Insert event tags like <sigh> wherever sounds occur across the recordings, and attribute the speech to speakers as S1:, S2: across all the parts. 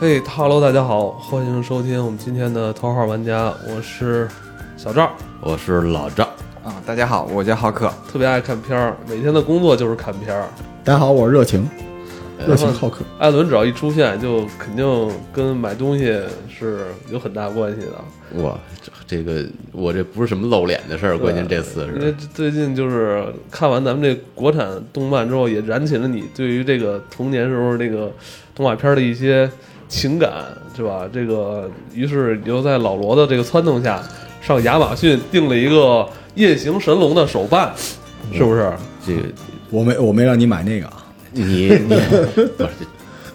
S1: 嘿哈喽，大家好，欢迎收听我们今天的头号玩家，我是小赵，
S2: 我是老赵，
S3: 啊、大家好，我叫浩克。
S1: 特别爱看片儿，每天的工作就是看片儿。
S4: 大家好，我是热情，热情
S1: 然后
S4: 好客。
S1: 艾伦只要一出现，就肯定跟买东西是有很大关系的。
S2: 哇，这这个我这不是什么露脸的事儿，关键这次
S1: 因为
S2: 是
S1: 最近就是看完咱们这国产动漫之后，也燃起了你对于这个童年时候这个动画片儿的一些情感，是吧？这个于是你就在老罗的这个撺掇下，上亚马逊订了一个《夜行神龙》的手办，是不是？
S2: 这个
S4: 我没我没让你买那个啊，
S2: <laughs> 你你不是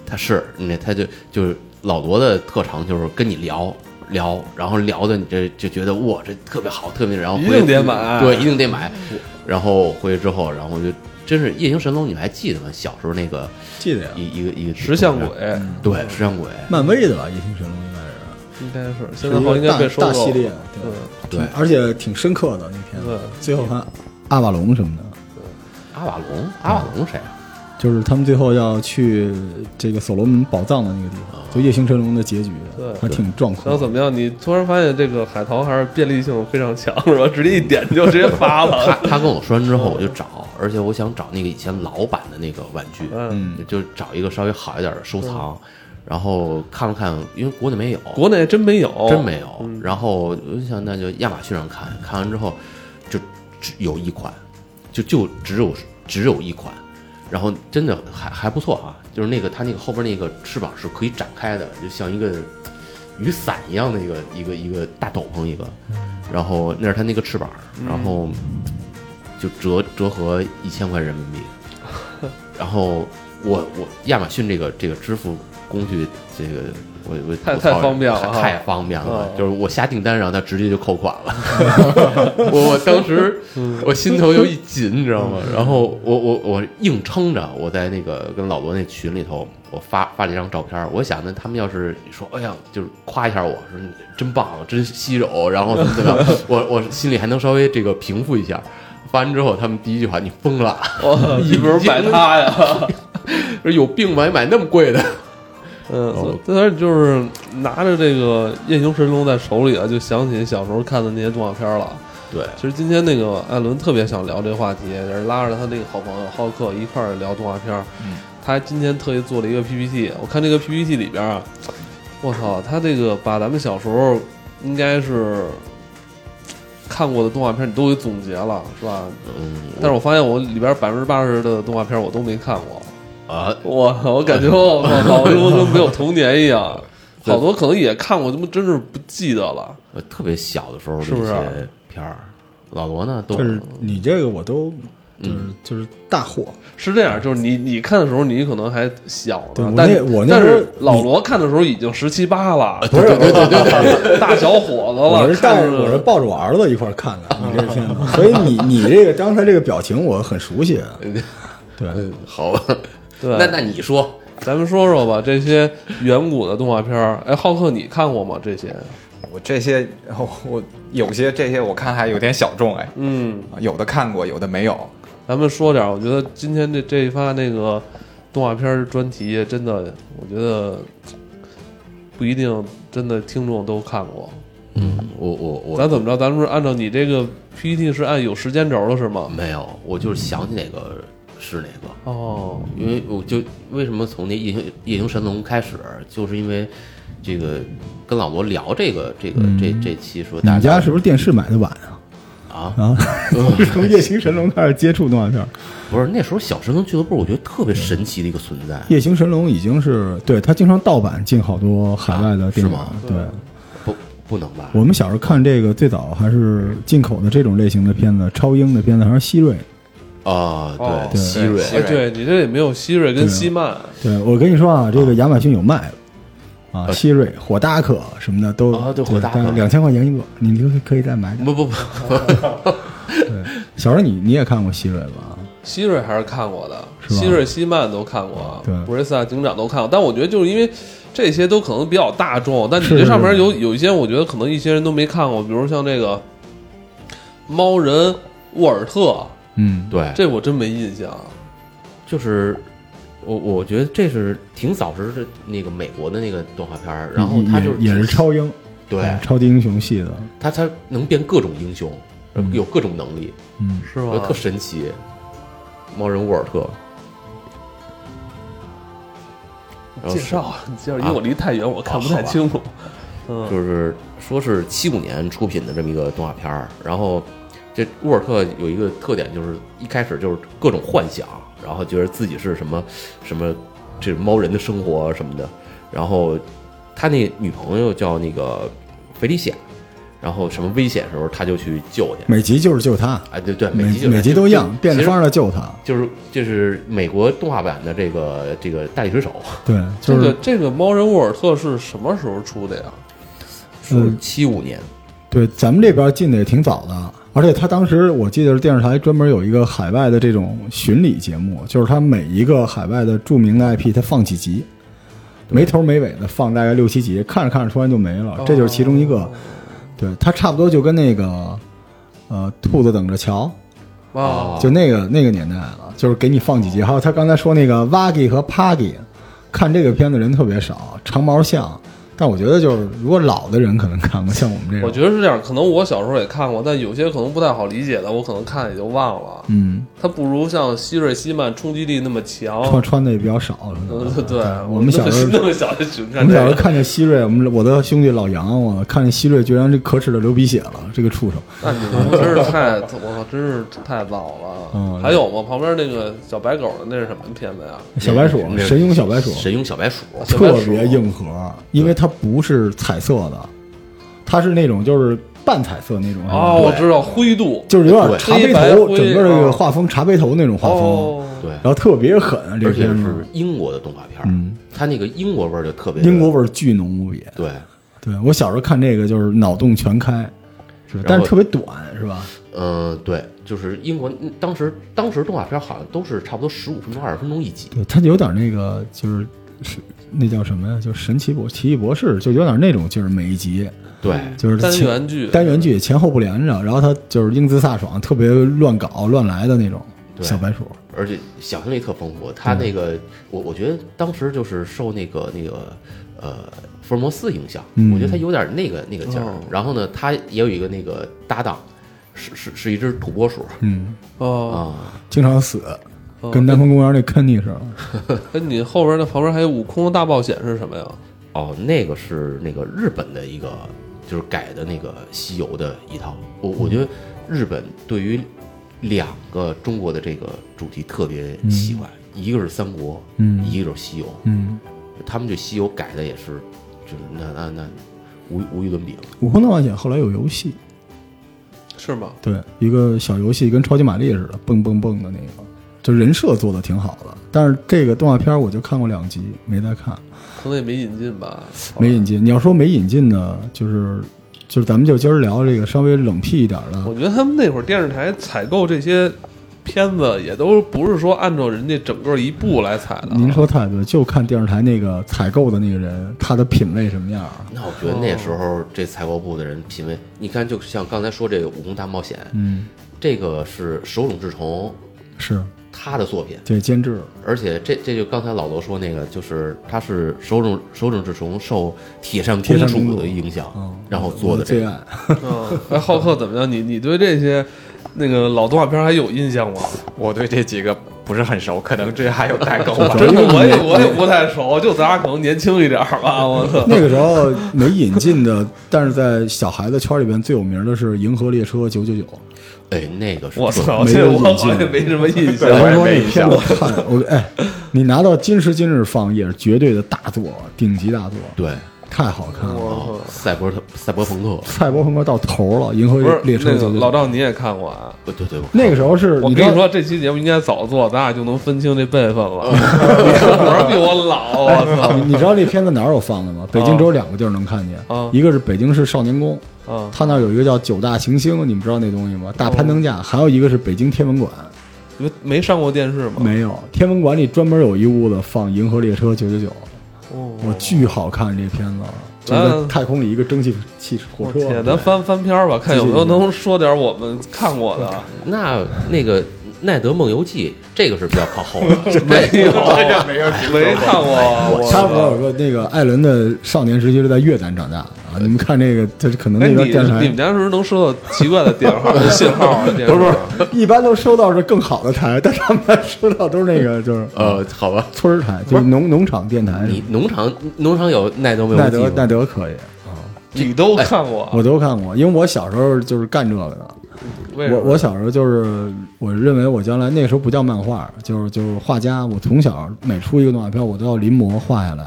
S2: 他是你他就就是老罗的特长就是跟你聊聊，然后聊的你这就觉得哇这特别好，特别然后回
S1: 一定得买
S2: 对，一定得买。然后回去之后，然后我就真是夜行神龙，你们还记得吗？小时候那个
S4: 记得呀，
S2: 一一个一个
S1: 石像鬼，
S2: 对石像鬼，
S4: 漫威的吧，《夜行神龙》应
S1: 应该
S4: 该是
S1: 是现
S4: 是
S1: 在
S4: 一
S1: 好像应
S4: 个
S1: 该
S4: 大
S1: 被收
S4: 大
S1: 购
S4: 系列
S1: 了。，
S4: 对
S1: 嗯，
S2: 对
S4: 挺而且挺深刻的那片
S1: 对
S4: 子。最后还阿瓦隆什么的，
S2: 阿瓦隆，阿瓦隆谁啊？
S4: 就是他们最后要去这个所罗门宝藏的那个地方，就《夜行神龙》的结局
S1: 哦对，
S4: 还挺壮
S1: 然后
S4: 阔。
S1: 怎么样？你突然发现这个海淘还是便利性非常强，是吧？直接一点就直接发
S2: <laughs> 他
S1: 了。
S2: 他跟我说完之后，我就找，而且我想找那个以前老版的那个玩具，
S1: 嗯，
S4: 嗯，
S2: 就找一个稍微好一点的收藏，然后看了看，因为国内没有，
S1: 国内真没有，
S2: 真没有。
S1: 嗯
S2: 然后我就想，那就亚马逊上看看完之后，就只有一款，就就只有只有一款，然后真的还还不错啊，就是那个它那个后边那个翅膀是可以展开的，就像一个雨伞一样的一个一个一个大斗篷一个，
S1: 嗯
S2: 然后那是它那个翅膀，然后就折折合一千块人民
S1: <laughs>
S2: 币，然后我我亚马逊这个这个支付工具这个。我我
S1: 太
S2: 我操
S1: 太方便了
S2: 太
S1: 哈
S2: 太方便了
S1: 哦，
S2: 就是我下订单，然后它直接就扣款
S1: <laughs>
S2: 了。我我当时
S1: 嗯
S2: 我心头又一紧，你知道吗？然后我我我硬撑着，我在那个跟老罗那群里头，我发发了一张照片儿。我想呢，他们要是说，哎呀，就是夸一下我说你真棒，啊真稀有，然后怎么怎么样，
S1: <laughs>
S2: 我我心里还能稍微这个平复一下。发完之后，他们第一句话：“你疯了，
S1: 哇， <laughs> 你不如买它呀！
S2: 说有病吧？你买那么贵的
S1: <laughs> 嗯，所以但是就是拿着这个《夜行神龙》在手里啊，就想起小时候看的那些动画片了。？”
S2: 对，
S1: 其实今天那个艾伦特别想聊这话题，也是拉着他那个好朋友浩克一块儿聊动画片。嗯，他今天特意做了一个 PPT，我看这个 PPT 里边啊，我操，他这个把咱们小时候应该是看过的动画片你都给总结了，是吧？
S2: 嗯，
S1: 但是我发现我里边百分之八十的动画片我都没看过。
S2: 啊，
S1: 我我感觉我我老罗跟没有童年一
S4: <laughs>
S1: 样，好多可能也看过，他妈真是不记得了。
S2: 我呃特别小的时候的
S1: 是不
S2: 一
S1: 是啊
S2: 些片儿，老罗呢都
S4: 就是你这个我都就是
S1: 嗯
S4: 就是大货，
S1: 是这样，就是你你看的时候，你可能还小
S4: 对
S1: 呢
S4: 我，
S1: 但
S4: 那
S1: 是
S4: 我那
S1: 但
S4: 时候
S1: 是老罗看的时候已经十七八了，
S4: 不是对对对
S1: <laughs> 大小伙子了，
S4: 我是带
S1: 看
S4: 着我是
S1: 着
S4: 抱着我儿子一块儿看的，你这片子，所以你你这个刚才这个表情我很熟悉，啊对，
S2: 好吧？
S1: 对
S2: 那那你说，
S1: 咱们说说吧，这些远古的动画片儿，哎，浩克你看过吗？这些？
S3: 我这些， <laughs> 我我有些这些我看还有点小众哎，
S1: 嗯，
S3: 啊有的看过，有的没有。
S1: 咱们说点儿，我觉得今天这这一发那个动画片儿专题，真的，我觉得不一定真的听众都看过。
S2: 嗯，我我我
S1: 咱怎么着？咱们是按照你这个 PPT 是按有时间轴的是吗？
S2: 没有，我就是想起哪个是哪个，
S1: 哦，
S2: 因为我就为什么从那夜行夜行神龙开始，就是因为这个跟老罗聊这个这个这这期说
S4: 嗯你
S2: 大
S4: 们家是
S2: 是
S4: 不是电视买的晚啊？
S2: 啊？
S4: <laughs> 啊，从《夜行神龙》开始接触动画片，《
S2: 不是那时候小神龙俱乐部，我觉得特别神奇的一个存在。
S4: <laughs> 夜行神龙》已经是对它经常盗版进好多海外的电影。
S2: 啊
S4: 对，
S2: 不不能吧？
S4: 我们小时候看这个最早还是进口的这种类型的片子，超英的片子还是希瑞。
S2: 啊，
S1: 哦
S2: 对，希瑞
S3: 对希
S1: 哎，
S3: 瑞
S1: 对你这里没有希瑞跟
S4: 对
S1: 希曼，
S4: 对我跟你说啊，这个亚马逊有卖啊，希瑞、火达可什么的都
S2: 啊对火达可
S4: 两千块钱一个，你就可以再买点。
S2: 不不不，
S4: 对，小时候你你也看过希瑞吧？
S1: 希瑞还是看过的，
S4: 是吧
S1: 希瑞、希曼都看过
S4: 对，
S1: 布瑞斯塔警长都看过。但我觉得就是因为这些都可能比较大众，但你
S4: 是
S1: 这
S4: 是
S1: 上面有有一些，我觉得可能一些人都没看过，比如像这个猫人沃尔特，
S4: 嗯，
S2: 对，
S1: 这我真没印象。
S2: 就是我我觉得这是挺早时的那个美国的那个动画片儿，然后他就是
S4: 也也是超英，
S2: 对
S4: 嗯超级英雄系的，
S2: 他他能变各种英雄，
S4: 嗯
S2: 有各种能力，
S4: 嗯，
S1: 是
S2: 我觉
S1: 吧
S2: 得特？神奇。猫人沃尔特，然后
S1: 介
S2: 是
S1: 绍啊，介绍，因
S2: 啊
S1: 为我离太远，我看不太清楚。嗯，
S2: 就是说是七五年出品的这么一个动画片儿，然后这沃尔特有一个特点，就是一开始就是各种幻想，然后觉得自己是什么什么这猫人的生活什么的，然后他那女朋友叫那个菲利西亚，然后什么危险时候他就去救去，
S4: 每集就是救他，
S2: 啊对对，
S4: 每
S2: 每集就
S4: 每集都一样，变着
S2: 其实
S4: 法儿的救他，
S2: 就是就是美国动画版的这个这个大力水手，
S4: 对，
S1: 这
S4: 就
S1: 个
S4: 是
S1: 这个猫人沃尔特是什么时候出的呀？
S4: 嗯
S2: 是七五年，
S4: 对，咱们这边进的也挺早的，而且他当时我记得是电视台专门有一个海外的这种巡礼节目，就是他每一个海外的著名的 IP，他放几集，没头没尾的放大概六七集，看着看着突然就没
S2: 哦
S4: 了，这就是其中一个。对，他差不多就跟那个呃兔子等着瞧，
S1: 啊，哦
S4: 就那个那个年代了，就是给你放几集。还有他刚才说那个 Waggy 和 Paggy，看这个片子人特别少，长毛象。但我觉得就是，如果老的人可能看过，像我们这种，
S1: 我觉得是这样。可能我小时候也看过，但有些可能不太好理解的，我可能看也就忘了。
S4: 嗯，
S1: 它不如像希瑞希曼冲击力那么强。
S4: 穿穿的也比较少。是吧
S1: 嗯，哦对，
S4: 我们小时候
S1: 那么小就喜欢
S4: 我
S1: 看这
S4: 们小时候
S1: 个。
S4: 看见希瑞，我们我的兄弟老杨，我看见希瑞，居然这可耻的流鼻血了，这个畜生。
S1: 那你们真是太，我靠，真是太早了。
S4: 嗯
S1: 还有吗？旁边那个小白狗的那是什么片子呀？
S4: 小白鼠，
S2: 那
S4: 神勇小白鼠，
S2: 神勇小白鼠，
S1: 小白
S4: 特
S1: 鼠
S4: 别硬核，因为它不是彩色的，它是那种就是半彩色那种，
S1: 哦，我知道，灰度。
S4: 嗯就是有
S2: 对
S4: 点茶杯
S1: 黑白
S4: 头，
S1: 灰
S4: 整个这
S1: 哦
S4: 个画风茶杯头那种画风，
S1: 哦，
S2: 对，
S4: 然后特别狠，啊这
S2: 而
S4: 个
S2: 且
S4: 片
S2: 是
S4: 子，
S2: 英国的动画片儿，
S4: 嗯，
S2: 它那个英国味儿就特别的
S4: 英国味儿巨浓无比。
S2: 对，
S4: 对我小时候看这个就是脑洞全开，是
S2: 然
S4: 吧
S2: 后
S4: 但是特别短，是吧？
S2: 嗯、对，就是英国嗯当时当时动画片好像都是差不多十五分钟、二十分钟一集，
S4: 对，它有点那个，就是是那叫什么呀？就神奇博奇异博士，就有点那种劲儿，每一集
S2: 对，
S4: 就是
S1: 单
S4: 前
S1: 元剧，
S4: 单元剧前后不连着，然后它就是英姿飒爽，特别乱搞乱来的那种
S2: 对
S4: 小白鼠。
S2: 而且想象力特丰富。它那
S4: 嗯
S2: 个我我觉得当时就是受那个那个呃福尔摩斯影响，
S4: 嗯
S2: 我觉得它有点那个那个劲儿。
S1: 哦
S2: 然后呢，它也有一个那个搭档，是是是一只土拨鼠
S4: 嗯，
S1: 哦，
S2: 啊，
S4: 经常死，
S1: 哦
S4: 跟南方公园那坑尼似的。
S1: 跟你后边那旁边还有《悟空大冒险》是什么呀？
S2: 哦，那个是那个日本的一个，就是改的那个西游的一套。我我觉得日本对于两个中国的这个主题特别喜欢，一个是三国，
S4: 嗯
S2: 一个是西游，
S4: 嗯，
S2: 他们对西游改的也是，就是那那那无无与伦比了。
S4: 悟空大冒险后来有游戏，
S1: 是吗？
S4: 对，一个小游戏跟超级玛丽似的，蹦蹦蹦的那个，就人设做的挺好的。但是这个动画片儿我就看过两集，没再看，
S1: 可能也没引进吧。
S4: 没引进。你要说没引进呢，就是就是咱们就今儿聊这个稍微冷僻一点儿的
S1: 我，觉得他们那会儿电视台采购这些片子，也都不是说按照人家整个一部来采的。
S4: 您，说太对，就看电视台那个采购的那个人，他的品味什么样儿。
S2: 那我觉得那时候这采购部的人品味，你看，就像刚才说这个《武功大冒险》，
S4: 嗯，
S2: 这个是手冢治虫
S4: 是
S2: 他的作品，
S4: 这监制，
S2: 而且这这就刚才老罗说那个，就是他是手冢手冢治虫受铁扇公
S4: 铁扇公
S2: 主
S4: 主
S2: 的影响，
S4: 嗯，
S2: 然后做
S4: 我
S2: 的
S4: 的
S2: 这
S4: 最
S2: 个。
S4: 爱。
S1: 嗯，哎，浩克怎么样？你你对这些那个老动画片还有印象吗？。
S3: 我对这几个不是很熟，可能这还有代沟吧
S1: 真的，我也我也不太熟，就咱俩可能年轻一点儿吧。我操，
S4: <laughs> 那个时候没引进的，但是在小孩子圈里边最有名的是《银河列车九九九》。
S2: 哎，那个是
S1: 我
S2: 准
S1: 操，
S4: 没
S1: 这
S4: 有
S1: 我
S4: 引
S1: 好
S4: 进
S1: 像也没什么印象。
S4: 我
S3: 我也没
S4: 跟你说那
S3: 印
S4: 片
S3: 象
S4: 子看哎我哎，你拿到今时今日放也是绝对的大作，顶级大作，
S2: 对，
S4: 太好看了。
S1: 我
S2: 哦，赛博特赛博朋克，
S4: 赛博朋克到头了，银河
S1: 不是
S4: 列车
S1: 那个
S4: 走
S1: 老赵，你也看过啊？
S2: 呃对对，我
S4: 那个时候是
S1: 我
S4: 你
S1: 跟你
S4: 知道，
S1: 说，这期节目应该早做，咱俩就能分清这辈分了。你果然比我老，啊
S4: <laughs>
S1: 我
S4: 你你知道那片子哪儿有放的吗？北京只有两个地儿能看见，
S1: 啊
S4: 一个是北京市少年宫，
S1: 操！啊，哦
S4: 它那儿有一个叫九大行星，你们知道那东西吗？大攀登架，还有一个是北京天文馆，
S1: 你没上过电视吗？
S4: 没有天文馆里专门有一屋子放《银河列车九九九》。
S1: 哦
S4: 我巨好看这片子，就
S1: 嗯
S4: 在太空里一个蒸汽汽火
S1: 我
S4: 车，
S1: 天，咱翻翻篇儿吧，看有没有能说点我们看过的。
S2: 那那个奈德梦游记》，这个是比较靠后的。
S1: 没有，
S3: 没有听
S1: 没看过。啊我
S4: 他我有个那个艾伦的少年时期是在越南长大的啊，你们看这个，他可能
S1: 哎，
S4: 那
S1: 你
S4: 边电视
S1: 你们
S4: 台
S1: 家是不是能收到奇怪的电话、信号啊？不是不是，
S4: 一般都收到是更好的台， <laughs> 但他们收到都是那个就是
S2: 呃，好吧，
S4: 村儿台，就是农农场电台。
S2: 你农场农场有奈德梦
S4: 奈
S2: 游记
S4: 德
S2: 吗？
S4: 奈德可以，
S1: 你都看过啊？
S4: 我都看过，因为我小时候就是干这个的。
S1: 为什
S4: 我
S1: 么
S4: 我小时候就是，我认为我将来那个时候不叫漫画，就是就是画家。我从小每出一个动画片，我都要临摹画下来，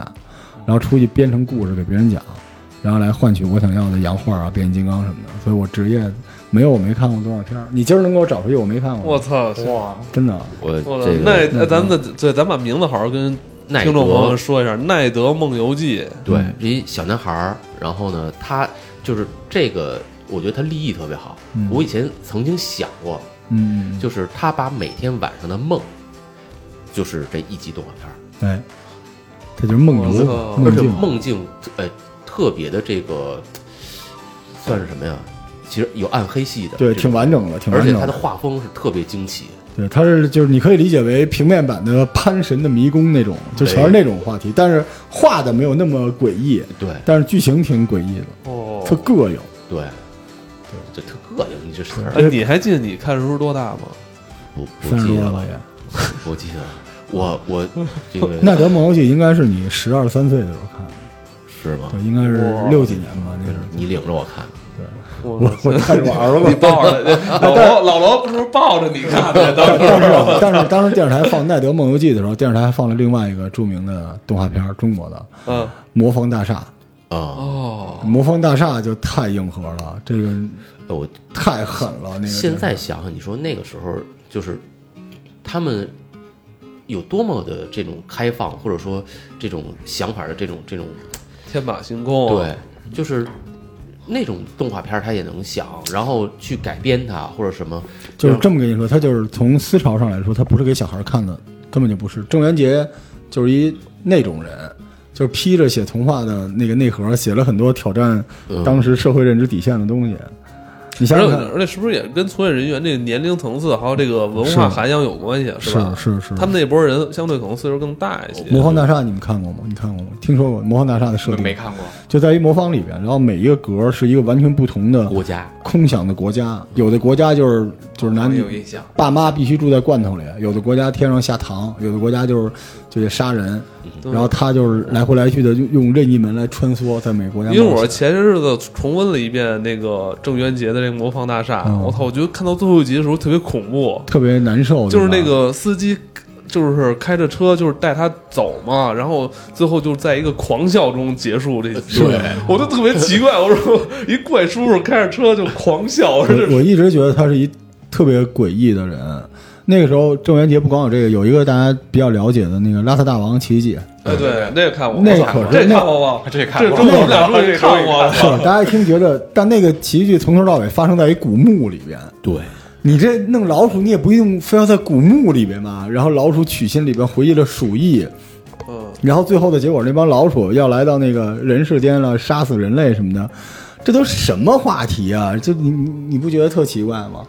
S4: 然后出去编成故事给别人讲，然后来换取我想要的洋画啊、变形金刚什么的。所以我职业没有我没看过动画片。你今儿能给我找回去我没看过
S1: 我
S4: 的，
S1: 操！
S3: 哇，
S4: 真的。啊
S2: 我
S1: 我
S2: 这
S1: 那
S2: 个嗯
S1: 那咱们的对，咱把名字好好跟
S2: 奈
S1: 听众朋友们
S2: 德
S1: 说一下，《奈德梦游记》
S2: 对
S4: 嗯
S2: 是一小男孩儿，然后呢，他就是这个，我觉得他立意特别好。
S4: 嗯
S2: 我以前曾经想过，
S4: 嗯，
S2: 就是他把每天晚上的梦，就是这一集动画片儿，
S4: 哎，这就是梦游
S1: 我操
S2: 而
S4: 梦
S2: 且
S4: 境。
S2: 梦境呃特别的这个算是什么呀？其实有暗黑系的，
S4: 对，
S2: 这种
S4: 挺完整的，挺
S2: 而
S4: 完
S2: 且
S4: 整
S2: 他的
S4: 的。
S2: 画风是特别惊奇，
S4: 对，它是就是你可以理解为平面版的《潘神的迷宫》那种，就全是那种话题，但是画的没有那么诡异，
S2: 对
S4: 但是剧情挺诡异的。
S1: 哦
S4: 特膈应。
S2: 对，对，就特膈应，你这词儿
S1: 哎，你还记得你看的时候多大吗？
S2: 不不
S4: 三十
S2: 记
S4: 多
S2: 得
S4: 了
S2: 了，
S4: 吧
S2: 不记得了，我我这个
S4: 也。奈德梦游记应该是你十二三岁的时候看的，
S2: 是吗？
S4: 对，应该是
S1: 哇
S4: 六几年吧，那是。
S2: 你领着我看，
S1: 我
S4: 我看着我儿
S1: <laughs>
S4: 子
S1: 你抱着老罗，老罗是不是抱着你看的？
S4: <laughs>
S1: 当时
S4: 但是但是当时电视台放《奈德梦游记》的时候，电视台还放了另外一个著名的动画片儿，中国的《
S1: 嗯
S4: 魔方大厦
S2: 啊、
S1: 哦》。，
S4: 魔方大厦就太硬核了，这个
S2: 我
S4: 太狠了。那个
S2: 现在想想，你说那个时候就是他们有多么的这种开放，或者说这种想法的这种这种，
S1: 天马行空，，啊
S2: 对，就是那种动画片儿他也能想，然后去改编它或者什么，
S4: 就是这么跟你说，它就是从思潮上来说，它不是给小孩看的，根本就不是。郑渊洁就是一那种人，就是披着写童话的那个内核，写了很多挑战
S2: 嗯
S4: 当时社会认知底线的东西。你想
S1: 而
S4: 想
S1: 且
S4: 看，
S1: 而且是不是也跟从业人员这个年龄层次还有这个文
S4: 是
S1: 化涵养有关系啊？
S4: 是
S1: 吧？
S4: 是是
S1: 他们那波人相对可能岁数更大一些。
S4: 魔方大厦你们看过吗？你看过吗？听说过魔方大厦的设定
S3: 没看过。
S4: 就在于魔方里边，然后每一个格是一个完全不同的
S2: 国家
S4: 空想的国家，有的国家就是就是男
S3: 我
S4: 女
S3: 有印象，
S4: 爸妈必须住在罐头里，有的国家天上下糖，有的国家就是就得杀人，然后他就是来回来去的用用任意门来穿梭在每个国家
S1: 因
S4: 冒
S1: 为
S4: 险。
S1: 我前些日子重温了一遍那个郑渊洁的这个《魔方大厦》，
S4: 嗯
S1: 我操，我觉得看到最后一集的时候特别恐怖，
S4: 特别难受，
S1: 就是
S4: 对
S1: 那
S4: 吧
S1: 个司机，就是开着车，就是带他走嘛，然后最后就在一个狂笑中结束这集。
S4: 对
S1: 我就特别奇怪，我说 <laughs> 一怪叔叔开着车就狂笑，我说这
S4: 我我一直觉得他是一特别诡异的人。那个时候，郑渊洁不光有这个，有一个大家比较了解的那个《邋遢大王奇迹记》，
S1: 哎对，那个看过，
S4: 那
S1: 我操
S4: 可是
S1: 这
S4: 那
S1: 看过吗？
S3: 这看
S1: 这
S3: 过
S1: 中我们俩终于
S3: 这
S1: 看过啊
S4: <laughs>
S1: 了。 <laughs>
S4: 是大家一听觉着，但那个奇剧从头到尾发生在一古墓里边。
S2: 对
S4: 你这弄老鼠，你也不一定非要在古墓里边吧？然后老鼠曲心里边回忆了鼠疫，
S1: 嗯，
S4: 然后最后的结果，那帮老鼠要来到那个人世间了，杀死人类什么的，这都什么话题啊？就你你你不觉得特奇怪吗？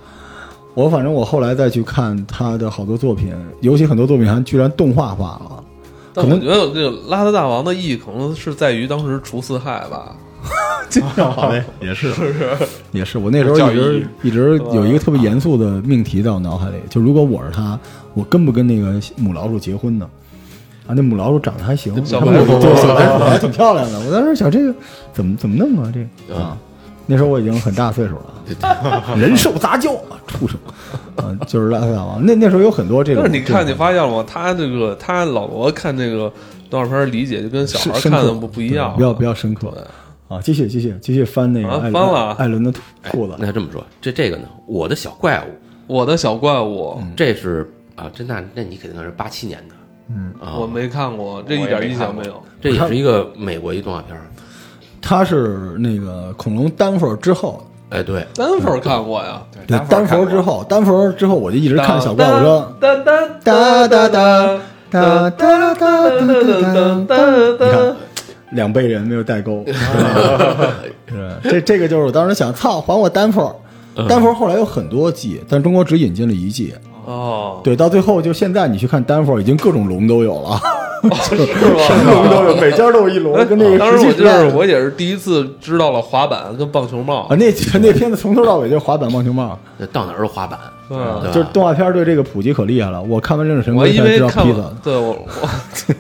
S4: 我反正我后来再去看他的好多作品，尤其很多作品还居然动画化了。
S1: 但我觉得这个邋遢大王的意义可能是在于当时除四害吧。
S4: <laughs> 好嘞，也是，是也是。我那时候
S3: 教
S4: 一
S3: 育意义
S4: 直一直有一个特别严肃的命题在我脑海里，就如果我是他，我跟不跟那个母老鼠结婚呢？啊，那母老鼠长得还行，啊
S1: 小
S4: 他
S1: 白
S4: 们
S1: 鼠
S4: 对小白鼠还挺漂亮的。我当时想，这个怎么怎么弄啊？这个
S2: 啊
S4: 啊，那时候我已经很大岁数了啊， <laughs> 人兽杂交啊，畜生啊，就是邋遢大王。那那时候有很多这种，
S1: 但是你看，
S4: 这
S1: 你
S4: 种
S1: 发现了吗？他这个他老罗看这个动画片儿理解就跟小孩儿
S4: 深
S1: 看的
S4: 刻
S1: 不不一样
S4: 对，比较比较深刻啊。继续继续继续翻那个
S1: 啊
S4: 艾伦
S1: 翻了哎
S4: 艾伦的裤子，
S2: 哎那这么说，这这个呢，我的小怪物，
S1: 我的小怪物，
S2: 这是啊，这那那你肯定是八七年的，嗯啊，
S1: 我没看过，这一点印象没有。
S2: 这也是一个美国一动画片儿，
S4: 他是那个恐龙丹佛之后，
S2: 哎，对，
S1: 单份儿看过呀，
S4: 对丹佛之后，丹佛之后我就一直看小怪物说
S1: 噔噔
S4: 哒
S1: 噔
S4: 哒
S1: 噔
S4: 哒
S1: 噔
S4: 哒哒哒
S1: 噔
S4: 哒
S1: 噔噔
S4: 哒，
S1: 噔
S4: 你看
S1: 噔，
S4: 两辈人没有代沟，是这这个
S1: 哦，
S4: 对，到最后就现在你去看丹佛，已经各种龙都有了，
S1: 是吧？
S4: 龙都有，每家都有一龙，跟那个
S1: 当时
S4: 石
S1: 我
S4: 器时
S1: 就
S4: 代
S1: 是我也是第一次知道了滑板跟棒球帽
S4: 啊，，那那片子从头到尾就是滑板棒球帽，
S2: 那到哪儿都滑板，
S1: 对啊
S2: 对吧哎
S4: 就是动画片对这个普及可厉害了。我看完《忍者神
S1: 我
S4: 龟》
S1: 因
S4: 才
S1: 为
S4: 知道
S1: 看
S4: 披
S1: 完
S4: 萨，
S1: 对我我，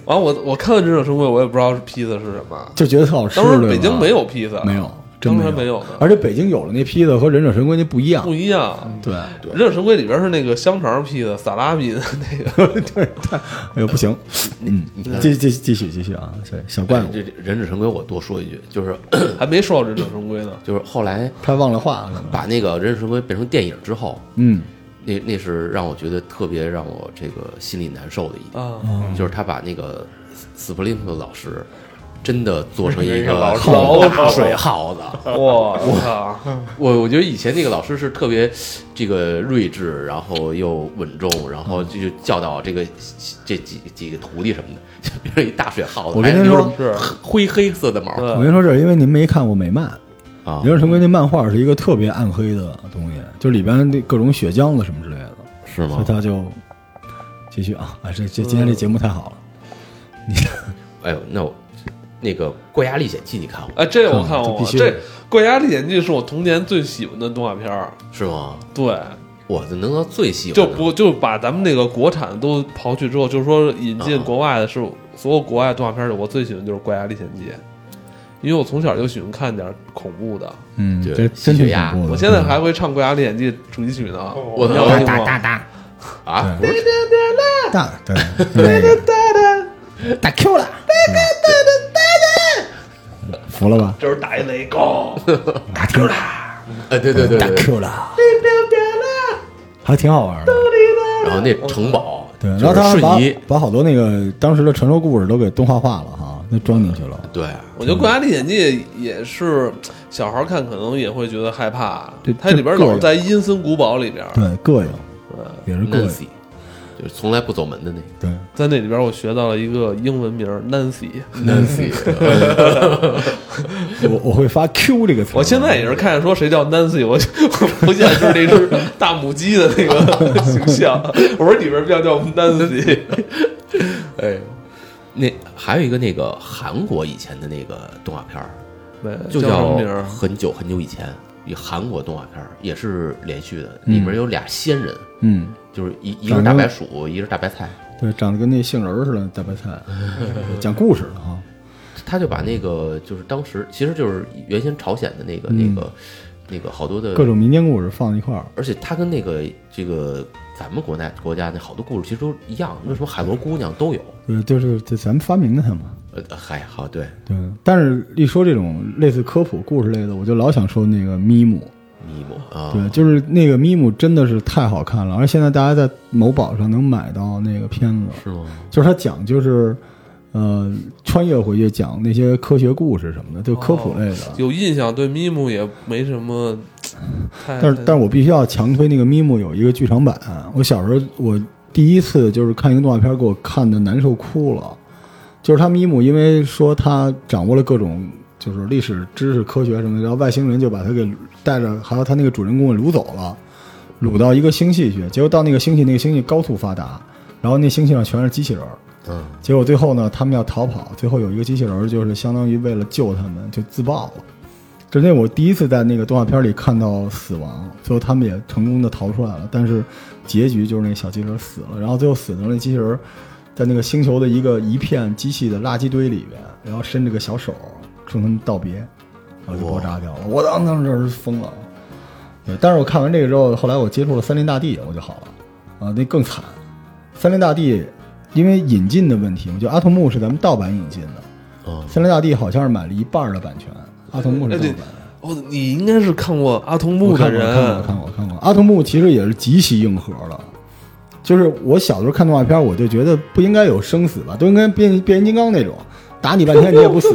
S1: 完我我看了《忍者神龟》，我也不知道是披萨是什么。
S4: 就觉得特好吃。
S1: 当时
S4: 对吧
S1: 北京没有披萨，
S4: 没有，真
S1: 当时
S4: 没
S1: 没有嗯呢
S4: 而且北京有了那披萨和《忍者神龟》那不一样
S1: 不。一样。
S4: 对，
S1: 《忍者神龟》里边是那个香肠披萨、萨拉米的那个，
S4: 哎呦不行，嗯，继继继续继续啊，对，小怪
S2: 哎
S4: 物
S2: 这这忍者神龟，我多说一句，就是 <coughs>
S1: 还没说到《忍者神龟》呢。
S2: 就是后来
S4: 他忘了画了，
S2: 把那个忍者神龟变成电影之后，
S4: 嗯，
S2: 那那是让我觉得特别让我这个心里难受的一点，
S1: 啊，
S2: 就是他把那个斯普林特老师真的做成一个
S3: 老
S1: 鼠老鼠
S2: 大水耗子。
S1: 我操！
S2: 我我觉得以前那个老师是特别这个睿智，然后又稳重，然后就教导这个这几几个徒弟什么的，就变成一大水耗子，哎
S4: 我跟
S2: 还
S4: 您
S2: 留
S4: 说
S2: 着灰黑色的毛
S1: 对
S4: 我跟你说这是因为您没看过美漫，
S2: 啊
S4: 《忍者神龟》那漫画是一个特别暗黑的东西，就里边那各种血浆子什么之类的，
S2: 是
S4: 所以
S2: 吗？
S4: 他就继续啊，哎，这
S1: 嗯
S4: 这今天这节目太好了，
S2: 哎呦，那我那个《怪牙历险记》你看啊过
S1: 哎，这我看
S4: 嗯这
S1: 过，
S4: 必须
S1: 这《怪侠历险记》是我童年最喜欢的动画片儿。
S2: 是吗？
S1: 对，
S2: 我的能到最喜欢
S1: 就
S2: 的
S1: 不就把咱们那个国产都刨去之后，就是说引进
S2: 啊
S1: 国外的是所有国外动画片里，我最喜欢就是《怪侠历险记》，因为我从小就喜欢看点儿恐怖的。
S4: 嗯，
S2: 对
S4: 这真
S2: 喜
S4: 挺
S2: 剧呀
S4: 恐怖的。
S1: 我现在还会唱《怪侠历险记》主题曲呢。
S2: 我
S1: 你
S2: 的
S1: 要
S2: 我
S1: 听
S2: 打
S1: 吗？
S2: 啊，不是
S4: 大对，对打 Q 了，服了吧？
S1: 就是打一雷公，
S4: 打 Q 了，
S2: 呃，对对对
S4: 打
S2: 对，对
S4: Q 了，还挺好玩的。
S2: 然后那城堡
S4: 对，然
S2: 就
S4: 后
S2: 是
S4: 他还把
S2: 瞬移，
S4: 把好多那个当时的传说故事都给动画化了哈，那装进去了。
S2: 对，
S1: 我觉得《怪侠历险记》也是小孩儿看，可能也会觉得害怕
S4: 这。
S1: 它里边
S4: 这
S1: 老是在阴森古堡里边儿，
S4: 对，膈应，也是膈应。
S2: Nancy 就是从来不走门的那个
S4: 对，
S1: 在那里边我学到了一个英文名儿
S4: 嗯
S1: Nancy。
S2: Nancy，
S4: 我我会发 Q 这个词
S1: <laughs>
S4: 儿。啊
S1: 我现在也是看说谁叫 Nancy，我就我浮现出那只大母鸡的那个
S4: <laughs>
S1: 形象。我说里边要叫 Nancy， <laughs>
S2: 哎， <laughs> 那还有一个那个韩国以前的那个动画片儿，
S1: 没
S2: 就
S1: 叫什么
S2: 叫
S1: 名儿？
S2: 很久很久以前，一韩国动画片儿也是连续的，里面有俩仙人，
S4: 嗯，
S2: 就是一一个是大白鼠，一个是大白菜，
S4: 对，长得跟那杏仁儿似的大白菜，讲故事的哈。
S2: 他就把那个就是当时其实就是原先朝鲜的那个、
S4: 嗯
S2: 那个那个好多的
S4: 各种民间故事放一块儿。
S2: 而且它跟那个这个咱们国内国家那好多故事其实都一样，为什么海螺姑娘都有？
S4: 对，就是这咱们发明的它嘛。
S2: 呃，嗨，好对，
S4: 对，但是一说这种类似科普故事类的，我就老想说那个咪姆。
S2: 尼莫啊，
S4: 对，就是那个咪姆真的是太好看了，而现在大家在某宝上能买到那个片子，
S2: 是吗？
S4: 就是它讲就是，呃，穿越回去讲那些科学故事什么的，就科普类的。
S1: 有印象，对咪姆也没什么太。
S4: 但是，但是我必须要强推那个咪姆有一个剧场版。我小时候，我第一次就是看一个动画片，给我看的难受哭了。就是他咪姆，因为说他掌握了各种就是历史知识、科学什么的，然后外星人就把他给带着，还有他那个主人公给掳走了，掳到一个星系去。结果到那个星系，那个星系高速发达，然后那星系上全是机器人儿。
S2: 嗯，
S4: 结果最后呢，他们要逃跑，最后有一个机器人儿就是相当于为了救他们就自爆了。这是那我第一次在那个动画片里看到死亡，最后他们也成功的逃出来了，但是结局就是那小机器人死了，然后最后死的那机器人在那个星球的一个一片机器的垃圾堆里边，然后伸着个小手冲他们道别，然后就爆炸掉了。我当当时疯了，对，但是我看完这个之后，后来我接触了《森林大帝》，我就好了，啊，那更惨，《森林大帝》因为引进的问题，我觉得阿童木是咱们盗版引进的，
S2: 嗯
S4: 《森林大帝》好像是买了一半儿的版权，阿童木是盗版。
S1: 哦，你应该是看过阿童木
S4: 我看
S1: 的
S4: 过
S1: 人，
S4: 我看过，我看过，我看过。阿童木其实也是极其硬核的，就是我小时候看动画片，我就觉得不应该有生死吧，都应该变变形金刚那种，打你半天你也不死。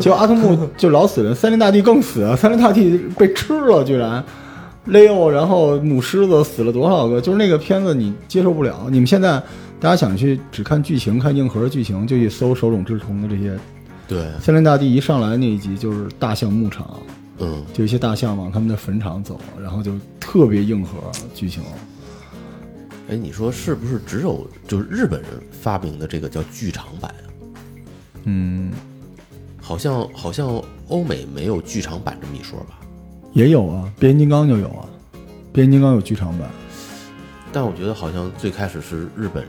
S4: 结果阿童木就老死人，三林大帝更死，三林大帝被吃了居然。雷欧，然后母狮子死了多少个？就是那个片子你接受不了。你们现在大家想去只看剧情、看硬核的剧情，就去搜《手冢治虫》的这些。
S2: 对，
S4: 森林大帝一上来那一集就是大象牧场，
S2: 嗯，
S4: 就一些大象往他们的坟场走，然后就特别硬核剧情。
S2: 哎，你说是不是只有就是日本人发明的这个叫剧场版啊？
S4: 嗯，
S2: 好像好像欧美没有剧场版这么一说吧？
S4: 也有啊，变形金刚就有啊，变形金刚有剧场版，
S2: 但我觉得好像最开始是日本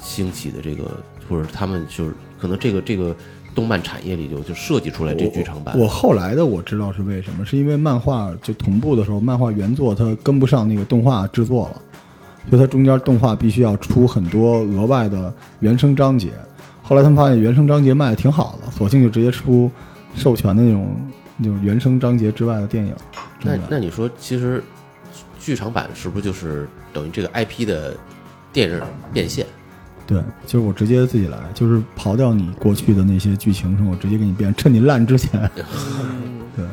S2: 兴起的这个，或者他们就是可能这个这个动漫产业里就就设计出啊来这剧场版。
S4: 我后来的我知道是为什么，是因为漫画就同步的时候，漫画原作它跟不上那个动画制作了，所以它中间动画必须要出很多额外的原声章节。后来他们发现原声章节卖的挺好的，索性就直接出授权的那种那种原声章节之外的电影。
S2: 那
S4: 真的
S2: 那你说，其实剧场版是不是就是等于这个 IP 的电影变现？
S4: 对，就是我直接自己来，就是刨掉你过去的那些剧情什么，我直接给你变，趁你烂之前。对，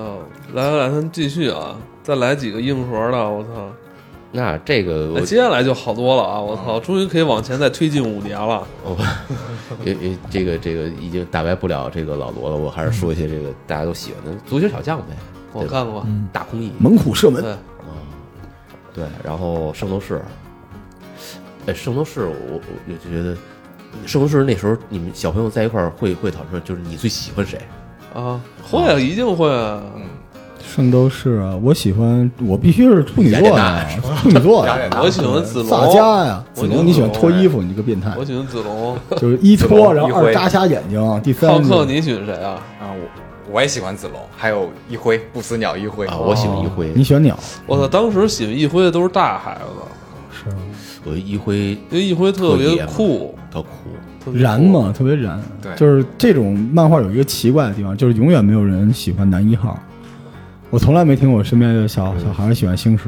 S1: 啊，来来来，咱继续啊，再来几个硬核的，我操！
S2: 那这个我嗯
S1: 哎接下来就好多了啊！我操，终于可以往前再推进五年了。
S2: 也也这个这个已经打败不了这个老罗了，我还是说一些这个大家都喜欢的足球小将呗，
S1: 我
S2: 对吧
S1: 看过，
S2: 大空翼，
S4: 猛虎射门，
S1: 对，
S2: 嗯对，然后圣斗士，哎，圣斗士我我就觉得。圣斗士那时候，你们小朋友在一块儿会会讨论，就是你最喜欢谁？
S1: 啊，会
S2: 嗯
S1: 啊，一定会啊！
S4: 圣斗士啊，我喜欢，我必须是处女座呀、处女座呀、
S3: 雅典娜
S1: 我喜欢子龙
S4: 萨迦呀、子
S1: 我喜欢
S4: 龙你喜欢
S1: 子龙
S4: 脱衣服，你这个变态
S1: 我，喜欢子龙，
S4: 就是一
S3: 子
S4: 脱，
S3: 龙
S4: 然
S3: 一
S4: 后
S3: 辉
S4: 二扎瞎眼睛，第
S1: 浩
S4: 三哦
S1: 克，
S4: 个
S1: 你喜欢谁啊？
S3: 啊，我我也喜欢子龙，还有一辉不死鸟一辉
S2: 啊我喜欢一辉
S4: 哦你喜欢鸟，
S1: 我
S4: 嗯
S1: 操，当时喜欢一辉的都是大孩子，
S4: 是
S2: 我一辉
S1: 因为一辉特别酷，
S2: 他哭，
S1: 特别酷
S4: 燃。嘛，特别燃。
S3: 对
S4: 就是这种漫画有一个奇怪的地方，就是永远没有人喜欢男一号。我从来没听我身边的小小孩喜欢星矢，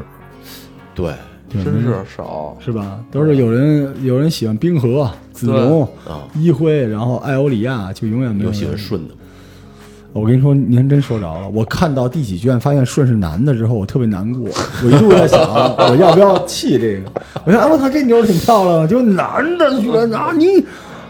S2: 对，
S4: 对嗯
S1: 真是少，
S4: 是吧？都是有人有人喜欢冰河、子龙、
S2: 啊，
S4: 一辉，然后艾欧里亚，就永远没有
S2: 有
S4: 人
S2: 喜欢顺的吗？
S4: 我跟你说，您真说着了。我看到第几卷，发现顺是男的之后，我特别难过。我一度在
S2: <laughs>
S4: 想，我要不要弃这个？我想，哎，我操，这妞挺漂亮的，结果男的居然啊你，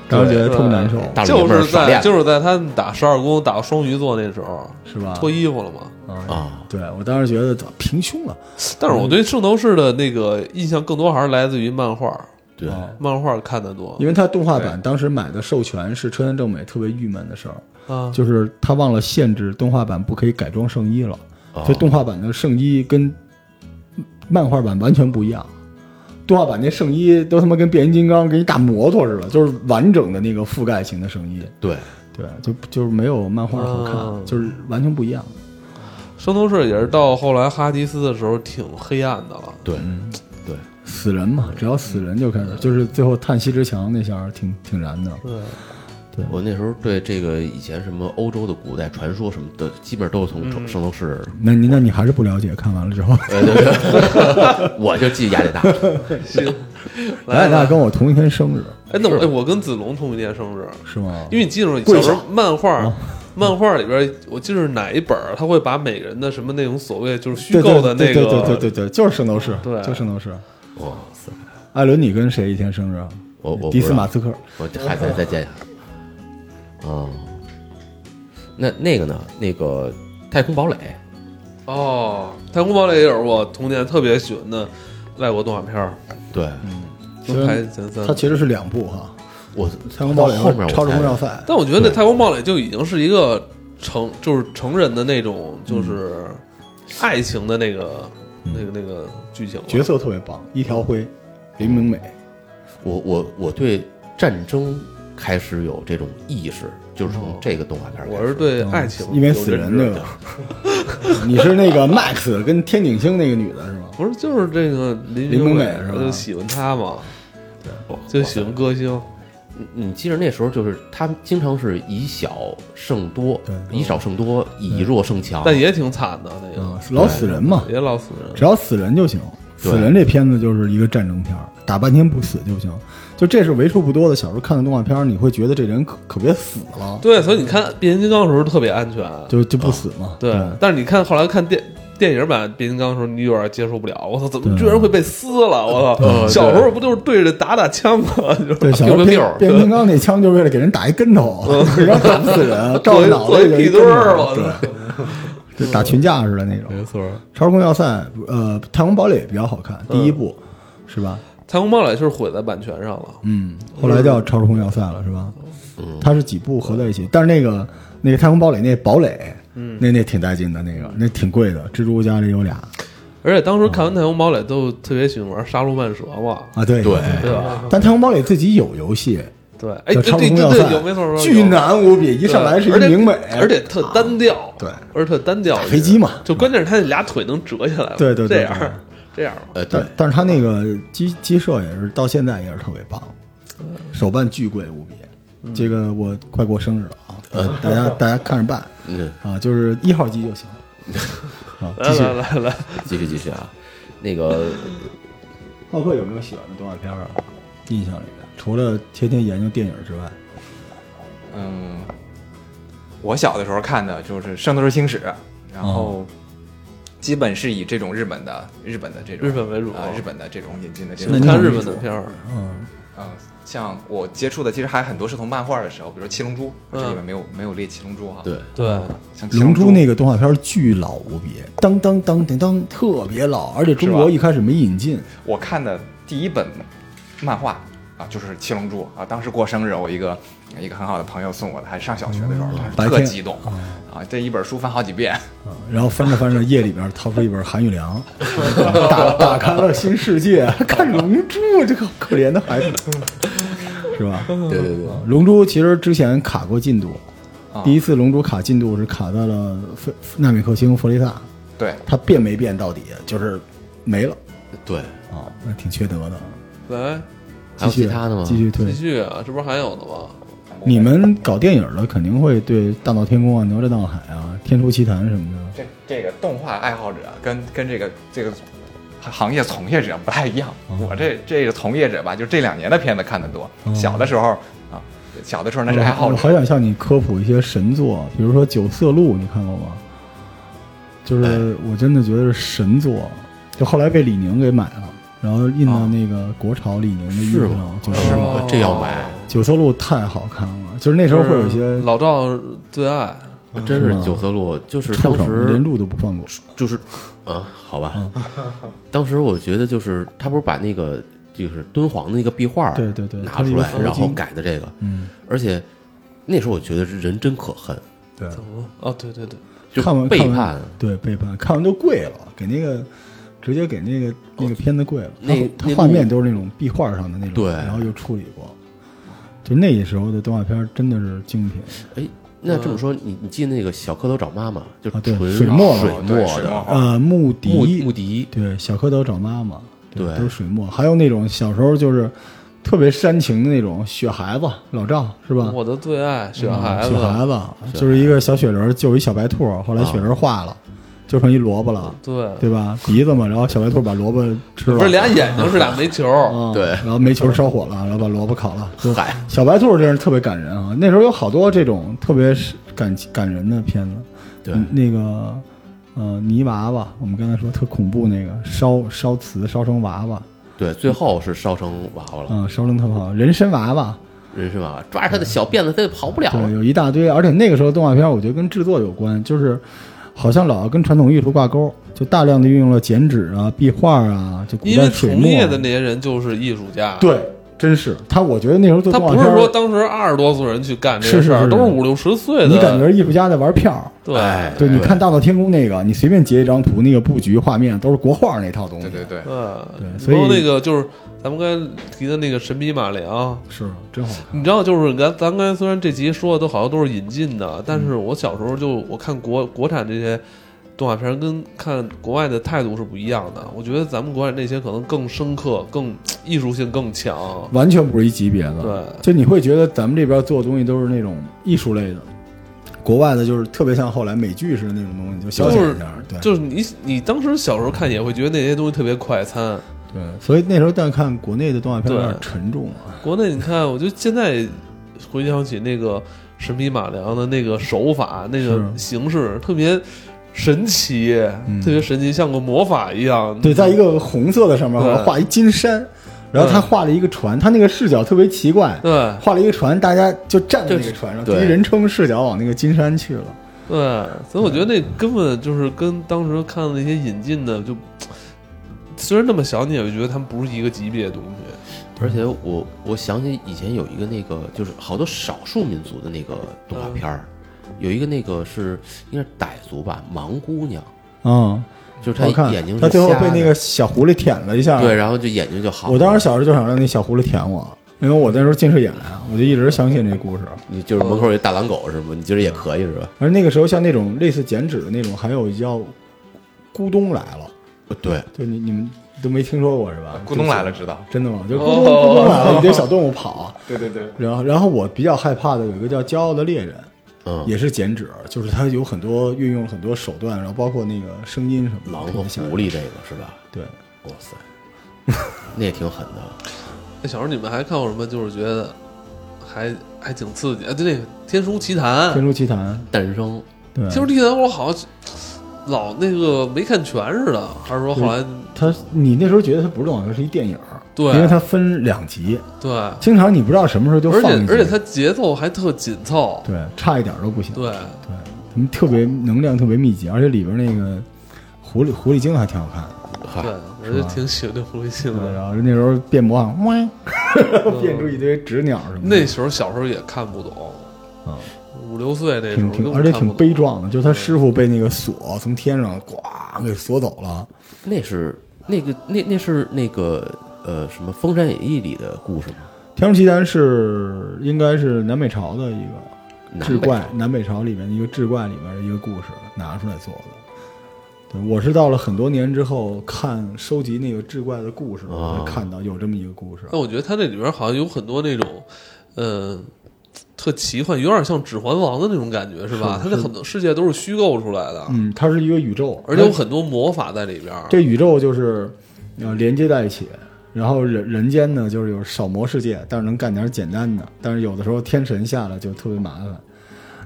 S4: 然后觉得特别难受，
S2: 嗯大老爷
S1: 就
S2: 们儿
S1: 是
S2: 耍
S1: 在
S2: 练
S1: 就是在他们打十二宫、打双鱼座那时候，
S4: 是吧？
S1: 脱衣服了嘛。
S2: 啊，
S4: 对我当时觉得平胸了，
S1: 但是我对圣斗士的那个印象更多还是来自于漫画，
S2: 对，
S1: 漫画看的多
S4: 因为他动画版当时买的授权是车田正美特别郁闷的事儿，
S1: 啊。
S4: 就是他忘了限制动画版不可以改装圣衣了。
S2: 啊
S4: 所以动画版的圣衣跟漫画版完全不一样。动画版那圣衣都他妈跟变形金刚跟一大摩托似的，就是完整的那个覆盖型的圣衣，
S2: 对，
S4: 对，就就是没有漫画好看，
S1: 哦
S4: 就是完全不一样。
S1: 圣斗士也是到后来哈迪斯的时候挺黑暗的了，
S2: 对，对，
S4: 死人嘛，只要死人就开始，就是最后叹息之墙那下儿挺挺燃的。
S1: 对，
S2: 我那时候对这个以前什么欧洲的古代传说什么的，基本都是从圣圣斗士，
S4: 那你那你还是不了解，看完了之后，
S2: 呃对对 <laughs> 我就记雅典娜，
S4: 来，大家跟我同一天生日
S1: 哎，那我哎，我跟子龙同一年生日，
S4: 是吗？
S1: 因为你记住，
S4: 跪
S1: 小
S4: 下
S1: 时候漫
S4: 啊
S1: 画，漫画里边，我记得是哪一本儿，他会把每个人的什么那种所谓就是虚
S4: 对对
S1: 构的那
S4: 对
S1: 个，
S4: 对对对对对，就是圣斗士，
S1: 对
S4: 就圣斗士。
S2: 哇塞，
S4: 艾伦，你跟谁一天生日啊？
S2: 我我
S4: 迪斯马
S2: 马，
S4: 斯克。
S2: 我还再再见一下，哦，那那个呢？那个太空堡垒，
S1: 哦，太空堡垒也是我童年特别喜欢的外国动画片儿，
S2: 对
S4: 虽
S1: 能
S4: 然
S1: 排前三
S4: 它。其实是两部哈，
S2: 我
S4: 《太空堡垒》
S2: 到
S4: 和
S2: 后面
S4: 《
S2: 我
S4: 超时空要
S2: 才
S4: 塞》。
S1: 但我觉得那太空堡垒就已经是一个成，就是成人的那种，
S4: 嗯
S1: 就是爱情的那个、那个、那个剧情了。
S4: 角色特别棒，一条辉、林明美，
S2: 我我我对战争开始有这种意识，就是
S4: 哦
S2: 从这个动画片开始。
S1: 我是对爱情
S4: 因为
S1: 有
S4: 嗯死
S1: 认
S4: 人
S1: 知
S4: 对
S1: 的。
S4: 吧？你是那个 Max 跟天井星那个女的是吗？
S1: 不是，就是这个林
S4: 林
S1: 明
S4: 明
S1: 美
S4: 美是吧
S1: 就喜欢他嘛，
S2: 我
S1: 就喜欢歌
S4: 啊
S1: 星。
S2: 你你记着那时候就是他们经常是以小胜多
S4: 对，
S2: 以少胜多，以弱胜强。
S1: 但也挺惨的那个
S4: 啊，，老死人嘛，
S1: 也老死人。
S4: 只要死人就行。
S2: 对
S4: 死人这片子就是一个战争片儿，打半天不死就行。就这是为数不多的小时候看的动画片儿，你会觉得这人可可别死了，
S1: 对，所以你看变形金刚的时候特别安全，
S4: 就就不死嘛。嗯
S1: 对。但是你看后来看电电影版变形金刚的时候，你有点接受不了。我操，怎么居然会被撕了？我操！小时候不就是对着打打枪吗？就是
S4: 对，小时
S1: 丢丢
S4: 候变
S1: 丢
S4: 变形金刚那枪就是为了给人打一跟头， <laughs> 然后打不死
S1: <laughs>
S4: 人，照
S1: 做
S4: 着
S1: 一
S4: 脑
S1: 嗯做
S4: 袋
S1: 一
S4: 就
S1: 屁
S4: 跟
S1: 墩儿，
S4: 头
S1: 我
S4: 对
S1: 操！嗯
S4: 就打群架似的那种。
S1: 错，嗯
S4: 超时空要塞，呃，太空堡垒也比较好看。第一部，是吧？
S1: 太空堡垒就是毁在版权上了。
S4: 嗯，后来叫《超时空要塞》了，是吧？
S2: 嗯，
S4: 它是几部合在一起，但是那个那个太空堡垒那堡垒，嗯，那那挺带劲的，那个那挺贵的，蜘蛛家里有俩
S1: 而且当时看完《太空堡垒》都特别喜欢玩《杀戮曼蛇》嘛，
S4: 啊，对
S2: 对
S1: 对吧？
S4: 但太空堡垒自己有游戏，
S1: 对，哎，对
S4: 叫《超
S1: 对对
S4: 时空要塞
S1: 对，有没错，没》，错
S4: 巨，难无比，一
S1: 有
S4: 上来是一
S1: 对
S4: 明美，啊
S1: 而且而且特单调，
S4: 对，
S1: 而且特单调，
S4: 飞机嘛
S1: 就关键是他那俩腿能折下来嘛，
S4: 对对对
S1: 这
S4: 对
S1: 样这样嘛，
S2: 呃，对
S4: 但，但是他那个机机设也是到现在也是特别棒，
S1: 嗯
S4: 手办巨贵无比。这个我快过生日了啊，
S1: 嗯
S4: 大
S1: <laughs>
S4: 家大家看着办
S2: 嗯，
S4: 啊，就是一号机就行。啊，继
S1: 来
S4: 续
S1: 来，来来，
S2: 继续继续啊，那个
S4: 浩克有没有喜欢的动画片啊？印象里的，除了天天研究电影之外，
S3: 嗯，我小的时候看的就是《圣斗士星矢》，然后基本是以这种日本的日本的这种
S1: 日本为主
S3: 啊、日本的这种引进的这
S4: 那
S3: 种
S1: 你
S4: 你
S1: 看
S4: 有
S1: 日
S4: 没
S1: 本的
S4: 有
S1: 片儿，
S4: 嗯，
S3: 嗯，像我接触的其实还很多是从漫画的时候，比如说《七龙珠》，这里面没有没有列《七龙珠》哈。
S2: 对，
S1: 对，
S3: 像《七
S4: 龙
S3: 珠
S4: 珠》那个动画片巨老无比，当当当当当，特别老，而且中
S3: 是
S4: 国
S3: 吧
S4: 一开始没引进，
S3: 我看的第一本漫画啊，就是《七龙珠》啊。当时过生日，我一个一个很好的朋友送我的，还上小学的时候，
S4: 嗯白
S3: 当时特
S4: 天
S3: 激动啊！这一本书翻好几遍，
S4: 啊，然后翻着翻着，夜里边掏出一本《韩玉良》，打打开了新世界，看《龙珠》，这个可怜的孩子，是吧？《
S2: 对对对，
S4: 龙珠》其实之前卡过进度，
S3: 啊
S4: 第一次《龙珠》卡进度是卡在了菲纳米克星弗雷萨，
S3: 对，
S4: 它变没变到底，就是没了
S2: 对，
S4: 啊，那挺缺德的。
S1: 来
S2: 还
S4: 继
S2: 有
S4: 续
S2: 其他的吗？
S4: 继续推
S1: 继。续啊，这不是还有呢吗？
S4: 你们搞电影的肯定会对《大闹天宫》啊、《哪吒闹海》啊、《天书奇谭》什么的，
S3: 这这个动画爱好者跟跟这个这个行业从业者不太一样。
S4: 嗯
S3: 我这这个从业者吧，就这两年的片子看得多。
S4: 哦
S3: 小的时候啊，小的时候那是爱好
S4: 我
S3: 者
S4: 好想向你科普一些神作，比如说《九色鹿》，你看过吗？就是我真的觉得是神作，就后来被李宁给买了，然后印到那个国潮李宁的衣
S2: 是
S4: 服
S2: 吗
S4: 上。九
S1: 是
S4: 色鹿
S1: 吗
S2: 这要买，
S4: 九色鹿太好看了，就是那时候会有一些
S1: 老赵最爱，
S2: 啊真
S4: 是
S2: 是
S4: 吗
S2: 九色鹿，就是
S4: 触
S2: 当
S4: 手连嗯
S2: 时
S4: 录都不放过。
S2: 就是，啊，好吧， <laughs> 当时我觉得就是他不是把那个就是敦煌的那个壁画儿
S4: 对对对
S2: 拿
S4: 它是一
S2: 出
S4: 个
S2: 来，
S4: 佛
S2: 然后
S4: 经
S2: 改的这个，
S4: 嗯，
S2: 而且那时候我觉得人真可恨，
S4: 对，
S1: 怎么了？哦，对对对，
S2: 就
S4: 看完
S2: 背
S4: 看
S2: 叛啊
S4: 完。对背叛，看完就跪了，给那个直接给那个那个片子跪了。
S2: 那
S4: 它它
S2: 那
S4: 画面
S2: 路
S4: 都是那种壁画上的那种，
S2: 对
S4: 然后又处理过。就那时候的动画片真的是精品，
S2: 哎，那
S3: 嗯
S2: 这么说，你你记得那个小蝌蚪找妈妈，就是
S4: 啊对
S2: 纯
S4: 水墨
S2: 水
S3: 嘛对
S2: 墨
S3: 水
S2: 的
S3: 墨
S4: 呃，穆
S2: 穆
S4: 迪，
S2: 穆迪，
S4: 对，小蝌蚪找妈妈，
S2: 对
S4: 都是水墨，还有那种小时候就是特别煽情的那种雪孩子，老赵是吧？
S1: 我的最爱雪
S4: 啊嗯
S1: 孩子
S4: 雪，孩子就是一个小雪人救一小白兔，
S2: 啊
S4: 后来雪人化了，就剩一萝卜了，
S1: 对，
S4: 对吧？鼻子嘛，然后小白兔把萝卜吃
S1: 嗯
S4: 了，
S1: 不是俩眼睛是俩煤球，
S4: 啊，
S2: 对
S4: 然后煤球烧火了，然后把萝卜烤了。就
S2: 嗨，
S4: 小白兔真是特别感人啊！那时候有好多这种特别是感感人的片子，
S2: 对
S4: 嗯那个呃泥娃娃，我们刚才说特恐怖那个烧烧瓷烧成娃娃，
S2: 对，最后是烧成娃娃了，
S4: 嗯、烧成特好，人参娃娃，
S2: 人是娃娃，抓着他的小辫子，他就跑不了
S4: 嗯对，
S2: 了。
S4: 有一大堆，而且那个时候动画片，我觉得跟制作有关，就是好像老要跟传统艺术挂钩，就大量的运用了剪纸啊、壁画啊，就古
S1: 因
S4: 代
S1: 为
S4: 水
S1: 从
S4: 墨
S1: 业
S4: 啊。
S1: 的那些人就是艺术家，，
S4: 对，真是他，我觉得那时候做
S1: 他
S4: 动画
S1: 不
S4: 片，
S1: 是说当时二十多岁人去干这
S4: 是
S1: 个事
S4: 是是
S1: 儿，
S4: 是
S1: 都是五六十岁的，
S4: 你感觉艺术家在玩票儿。
S1: 对，
S2: 哎
S4: 对，你看《大闹天宫》那个，你随便截一张图，那个布局、画面都是国画那套东西。
S3: 对对对，
S1: 对
S4: 所以
S1: 包括那个就是咱们刚才提的那个神笔马良，
S4: 是真好看。
S1: 你知道，就是咱咱刚才虽然这集说的都好像都是引进的，但是我小时候就我看国国产这些动画片儿跟看国外的态度是不一样的。我觉得咱们国产那些可能更深刻、更艺术性更强。
S4: 完全不是一级别的。
S1: 对
S4: 就你会觉得咱们这边做的东西都是那种艺术类的，国外的就是特别像后来美剧似的那种东西，就消遣一下。对，
S1: 就是你你当时小时候看也会觉得那些东西特别快餐。
S4: 对。所以那时候但看国内的动画片有
S1: 对
S4: 点沉重啊。
S1: 国内你看，我就现在回想起那个神笔马良的那个手法、那个
S4: 是嗯
S1: 形式，特别神奇，特别神奇，像个魔法一样。
S4: 对，在一个红色的上面
S1: 对
S4: 画一金山，然后他画了一个船，他那个视角特别奇怪。
S1: 对
S4: 画了一个船，大家就站在那个
S2: 就
S4: 船上，第
S2: 对
S4: 一人称视角往那个金山去了。
S1: 对，所以我觉得那根本就是跟当时看的那些引进的就虽然那么小，你也会觉得他们不是一个级别的东西。
S2: 而且我我想起以前有一个那个，就是好多少数民族的那个动画片儿，有一个那个是应该是傣族吧，盲姑娘，
S4: 嗯，
S2: 就是
S4: 好
S2: 她
S4: 看
S2: 眼睛。
S4: 他
S2: 是
S4: 最后
S2: 瞎
S4: 被
S2: 的
S4: 那个小狐狸舔了一下，
S2: 对，然后就眼睛就好了。
S4: 我当时小时候就想让那小狐狸舔我，因为我那时候近视眼啊，我就一直相信这故事。
S2: 你就是门口有一大狼狗是吗？你觉得也可以是吧？
S4: 而那个时候像那种类似剪纸的那种，还有叫咕咚来了，
S2: 呃对，
S4: 就你你们都没听说过是吧？
S3: 啊咕咚来了，知道？
S4: 真的吗？就咕
S1: 哦
S4: 咚咕咚来了，你这小动物跑。
S3: 对对对，
S4: 然后然后我比较害怕的有一个叫《骄傲的猎人》，
S2: 嗯，
S4: 也是剪纸，就是它有很多运用了很多手段，然后包括那个声音什么的。
S2: 狼和
S4: 特别吓人
S2: 狐狸这个是吧？
S4: 对，
S2: 哇塞，那也挺狠的。
S1: 那小时候你们还看过什么？就是觉得还还挺刺激啊！对，那个《天书奇谭
S4: 《天》，书奇谭》
S2: 诞生，
S4: 对，
S1: 《天书奇谭》我好像老那个没看全似的，还是说后来
S4: 它你那时候觉得它不是动画片，是一电影儿，
S1: 对
S4: 因为它分两集，
S1: 对？
S4: 经常你不知道什么时候就
S1: 而且
S4: 放一集，
S1: 而且它节奏还特紧凑，
S4: 对差一点都不行，
S1: 对，
S4: 对，他们特别能量特别密集，而且里边那个狐狸狐狸精还挺好看的，
S2: 嗨
S1: 对，，我就挺喜欢这狐狸精
S4: 对，
S1: 的。
S4: 然后那时候变魔啊，哇， <laughs> 变出一堆纸鸟什么的，
S1: 那时候小时候也看不懂，
S4: 啊，
S1: 五六岁那时
S4: 挺
S1: 候根
S4: 挺，
S1: 本
S4: 而且
S1: 看不
S4: 挺
S1: 懂
S4: 悲壮的，就是他师傅被那个锁从天上呱给锁走了，
S2: 那是那个那那是那个呃什么《封神演义》里的故事吗？
S4: 《天书奇谭》是应该是南北朝的一个
S2: 南
S4: 志
S2: 北
S4: 怪，南北朝里面的一个志怪里面的一个故事拿出来做的。对，我是到了很多年之后看收集那个志怪的故事，我
S1: 啊
S4: 才
S2: 哦
S4: 看到有这么一个故事。
S1: 但我觉得它那里边好像有很多那种，嗯、特奇幻，有点像《指环王》的那种感觉，是吧？它那很多世界都是虚构出来的，
S4: 嗯，它是一个宇宙，
S1: 而且有很多魔法在里边。
S4: 这宇宙就是呃连接在一起，然后人人间呢就是有少魔世界，但是能干点简单的，但是有的时候天神下来就特别麻烦，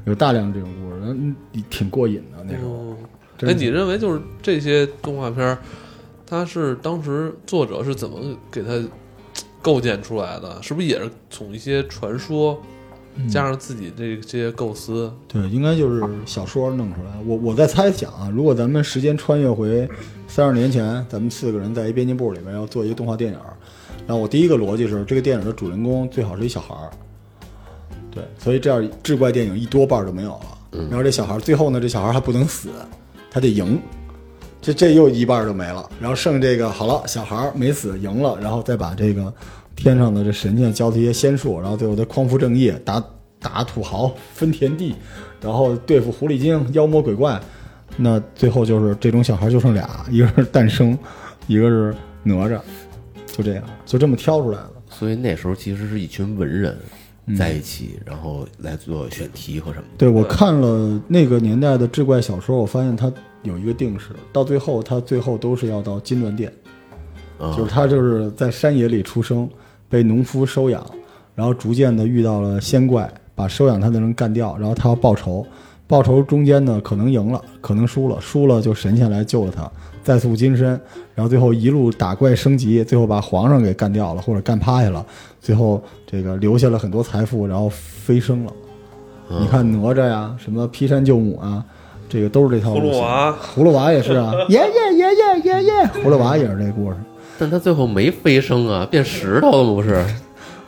S4: 有大量这种故事，嗯，挺过瘾的那时候。
S1: 哦
S4: 真
S1: 哎，
S4: 是
S1: 你认为就是这些动画片儿，它是当时作者是怎么给它构建出来的？是不是也是从一些传说
S4: 嗯
S1: 加上自己这这些构思？
S4: 对，应该就是小说弄出来。我我在猜想啊，如果咱们时间穿越回三十年前，咱们四个人在一编辑部里面要做一个动画电影儿，然后我第一个逻辑是，这个电影的主人公最好是一小孩儿。对，所以这样志怪电影一多半儿就没有了。然后这小孩儿最后呢，这小孩儿还不能死，他得赢。这这又一半儿就没了，然后剩这个好了，小孩儿没死赢了，然后再把这个天上的这神仙教他一些仙术，然后最后他匡扶正义，打打土豪，分田地，然后对付狐狸精、妖魔鬼怪，那最后就是这种小孩就剩俩，一个是诞生，一个是哪吒，就这样，就这么挑出来的。
S2: 所以那时候其实是一群文人
S4: 嗯
S2: 在一起，然后来做选题和什么的。
S4: 对我看了那个年代的志怪小说，我发现它有一个定式，到最后它最后都是要到金銮殿。
S2: 嗯
S4: 就是他就是在山野里出生，被农夫收养，然后逐渐的遇到了仙怪，把收养他的人干掉，然后他要报仇。报仇中间呢，可能赢了，可能输了，输了就神仙来救了他，再塑金身，然后最后一路打怪升级，最后把皇上给干掉了，或者干趴下了，最后这个留下了很多财富，然后飞升了。你看哪吒呀、什么劈山救母啊，这个都是这套
S1: 葫芦
S4: 路线
S1: 娃
S4: 葫芦娃也是啊，爷爷爷爷爷爷，葫芦娃也是这故事。
S2: 但他最后没飞升啊，变石头了不是？
S4: 嗯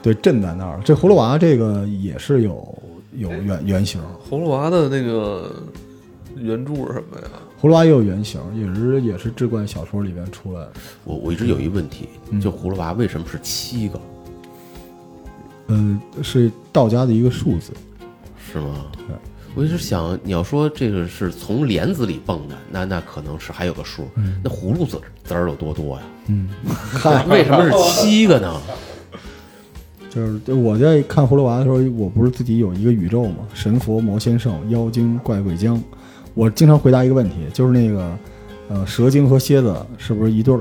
S4: 对，震在那儿。这葫芦娃这个也是有有原原型，
S1: 葫芦娃的那个原著是什么呀？
S4: 葫芦娃也有原型，也是也是志怪小说里边出来的。
S2: 我我一直有一问题，就葫芦娃为什么是七个？
S4: 嗯，是道家的一个数字。
S2: 是吗？
S4: 嗯
S2: 我一直想，你要说这个是从莲子里蹦的，那那可能是还有个数。那葫芦籽籽儿有多
S4: <laughs>
S2: 多呀？
S4: 嗯，
S2: 那为什么是七个呢？
S4: 就是我在看葫芦娃的时候，我不是自己有一个宇宙嘛，神佛魔仙圣妖精怪鬼精。我经常回答一个问题，就是那个呃，蛇精和蝎子是不是一对儿？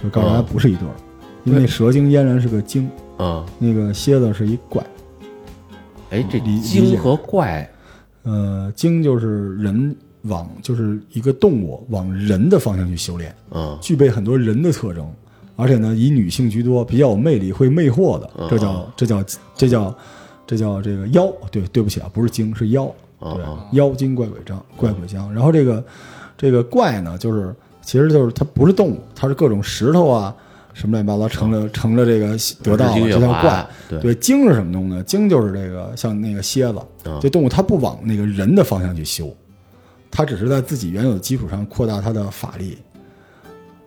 S4: 就告诉大家
S2: 哦
S4: 不是一对儿，因为那蛇精俨然是个精，
S2: 啊，
S4: 那个蝎子是一怪。
S2: 哎，这
S4: 理理解
S2: 精和怪
S4: 呃，精就是人往就是一个动物往人的方向去修炼，
S2: 啊，
S4: 具备很多人的特征，而且呢以女性居多，比较有魅力，会魅惑的，这叫这叫这叫这叫这个妖。对，对不起啊，不是精是妖，
S2: 哦
S4: 对
S2: 哦，
S4: 妖精怪鬼张怪鬼精。然后这个这个怪呢，就是其实就是它不是动物，它是各种石头啊什么乱七八糟成了成了这个得到了
S2: 日精月
S4: 这条
S2: 华
S4: 怪。
S2: 对
S4: 对，鲸是什么东西呢？鲸就是这个像那个蝎子
S2: 嗯，
S4: 这动物它不往那个人的方向去修，它只是在自己原有的基础上扩大它的法力。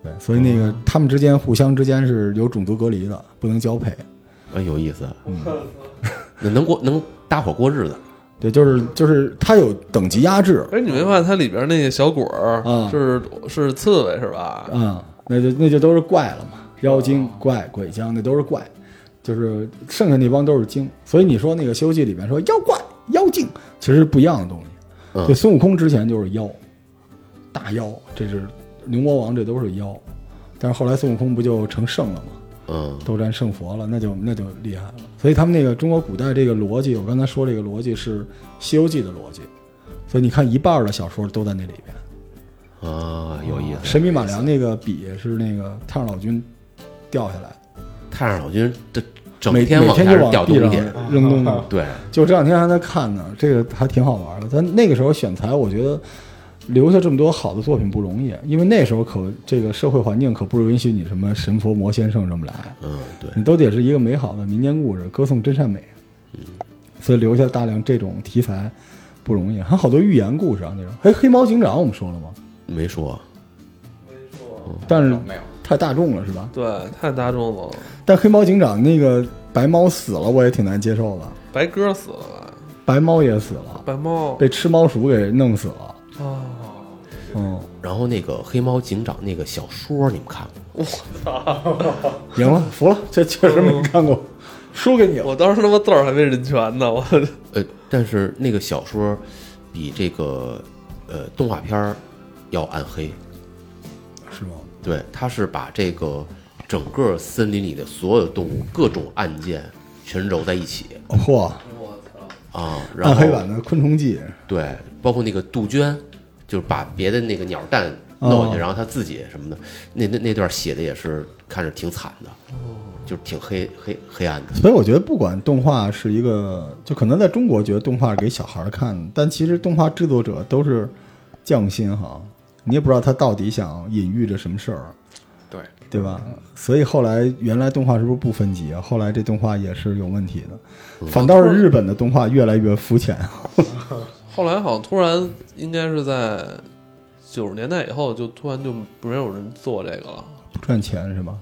S4: 对，所以那个它们之间互相之间是有种族隔离的，不能交配。
S2: 哎，有意思，
S4: 嗯
S2: <laughs> 那能过能搭伙过日子，
S4: 对，就是就是它有等级压制，
S1: 哎，你没发现它里边那个小果儿，
S4: 嗯
S1: 就是是刺猬是吧？
S4: 啊，那就那就都是怪了嘛，妖精、怪、鬼将，那都是怪，就是剩下那帮都是精。所以你说那个《西游记》里面说妖怪、妖精，其实是不一样的东西。
S2: 嗯
S4: 对，孙悟空之前就是妖，大妖，这是牛魔王，这都是妖。但是后来孙悟空不就成圣了吗？
S2: 嗯
S4: 斗战胜佛了，那就那就厉害了。所以他们那个中国古代这个逻辑，我刚才说这个逻辑是《西游记》的逻辑，所以你看一半儿的小说都在那里边。
S2: 啊，有意思。
S4: 哦神笔马良那个笔是那个太上老君掉下来的，
S2: 太上老君这整
S4: 每
S2: 天
S4: 每
S2: 往
S4: 天
S2: 下
S4: 就
S2: 边
S4: 往
S2: 掉
S4: 地
S2: 东
S4: 上
S2: 西，
S4: 扔东西。
S2: 对，
S4: 就这两天还在看呢，这个还挺好玩的。但那个时候选材，我觉得留下这么多好的作品不容易，因为那时候可这个社会环境可不允许你什么神佛魔先生这么来，
S2: 嗯对，
S4: 你都得是一个美好的民间故事，歌颂真善美。
S2: 嗯
S4: 所以留下大量这种题材不容易，还有好多寓言故事啊那种。哎，黑猫警长我们说了吗？
S2: 没说
S4: 但是
S3: 没有
S4: 太大众了是吧？
S1: 对，太大众了，
S4: 但黑猫警长那个白猫死了，我也挺难接受的。
S1: 白鸽死了吧？
S4: 白猫也死了，
S1: 白猫
S4: 被吃猫鼠给弄死了。
S1: 啊，
S4: 嗯，
S2: 然后那个黑猫警长那个小说你们看过吗？
S4: 赢了，服了，这确实没看过，输给你了。
S1: 我当时他妈字儿还没人权
S4: <laughs>
S1: 呢，我
S2: 呃，但是那个小说比这个呃动画片儿要暗黑。
S4: 是吗？
S2: 对，它是把这个整个森林里的所有动物各种案件全揉在一起
S4: 哦嚯，
S2: 啊，然
S4: 暗
S2: 后
S4: 黑版的《昆虫记》
S2: 对，包括那个杜鹃，就是把别的那个鸟蛋弄下去，
S4: 哦
S2: 然后它自己什么的，那那那段写的也是看着挺惨的，就是挺黑黑黑暗的。
S4: 所以我觉得，不管动画是一个，就可能在中国觉得动画是给小孩儿看，但其实动画制作者都是匠心哈，你也不知道他到底想隐喻着什么事儿，
S3: 对，
S4: 对吧？所以后来原来动画是不是不分级啊？后来这动画也是有问题的，反倒是日本的动画越来越肤浅。
S1: 后来好像突然应该是在九十年代以后，就突然就没有人做这个了。
S4: 不赚钱是吧？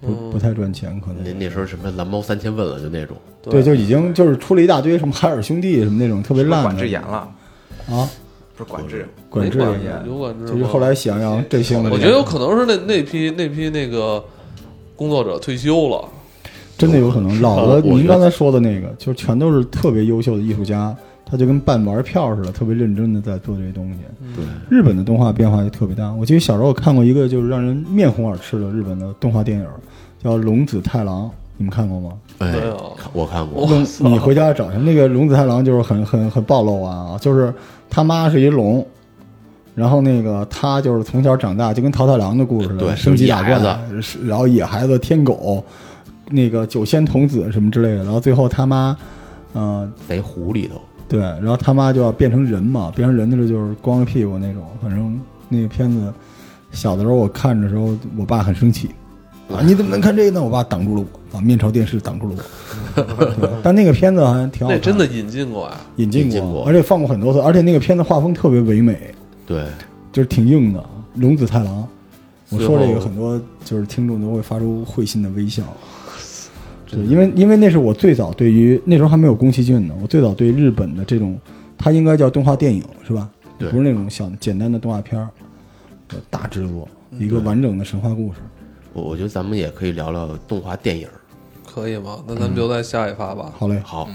S4: 不不太赚钱，可能
S2: 那那时候什么蓝猫三千问了，就那种，
S4: 对，就已经就是出了一大堆什么海尔兄弟什么那种特别烂的
S3: 管制严了，
S4: 啊，
S3: 不是管制，
S4: 管制
S1: 没
S4: 严，
S3: 严
S1: 有管制吗。
S4: 就是后来想想这些，
S1: 我觉得有可能是那那批那批那个工作者退休了，
S4: 真的有可能。
S2: <laughs>
S4: 老
S2: 我
S4: 的，
S2: 觉得
S4: 您刚才说的那个，就是全都是特别优秀的艺术家，他就跟办玩票似的，特别认真的在做这些东西。
S2: 对，
S4: 日本的动画变化就特别大。我记得小时候我看过一个就是让人面红耳赤的日本的动画电影，叫《龙子太郎》，你们看过吗？
S2: 哎
S1: 没有，
S2: 看我看过，
S4: 龙，你回家找一下那个龙子太郎，就是很很很暴露啊，就是他妈是一龙，然后那个他就是从小长大就跟桃太郎的故事似
S2: 对
S4: 的，升级打怪
S2: 就是野孩，
S4: 是然后野孩子、天狗、那个九仙童子什么之类的，然后最后他妈，嗯、
S2: 在一湖里头，
S4: 对，然后他妈就要变成人嘛，变成人的时候就是光着屁股那种，反正那个片子小的时候我看的时候，我爸很生气。啊！你怎么能看这个呢？我爸挡住了我，啊，面朝电视挡住了我。对但那个片子好像挺
S1: <laughs>
S4: 好
S1: 那
S4: 看，
S1: 真的引进过啊。
S4: 引进
S2: 引进过
S4: 而且放过很多次，而且那个片子画风特别唯美，
S2: 对，
S4: 就是挺硬的。龙子太郎，我说这
S2: 最
S4: 个
S2: 后
S4: 很多就是听众都会发出会心的
S2: <laughs>
S4: 微笑，对，因为因为那是我最早对于那时候还没有宫崎骏呢，我最早对日本的这种，它应该叫动画电影是吧？
S2: 对
S4: 不是那种小简单的动画片儿，对大制作，
S2: 嗯
S4: 一个完整的神话故事。
S2: 我我觉得咱们也可以聊聊动画电影儿。
S1: 可以吗？那咱们留在下一发吧。
S4: 好嘞，
S2: 好，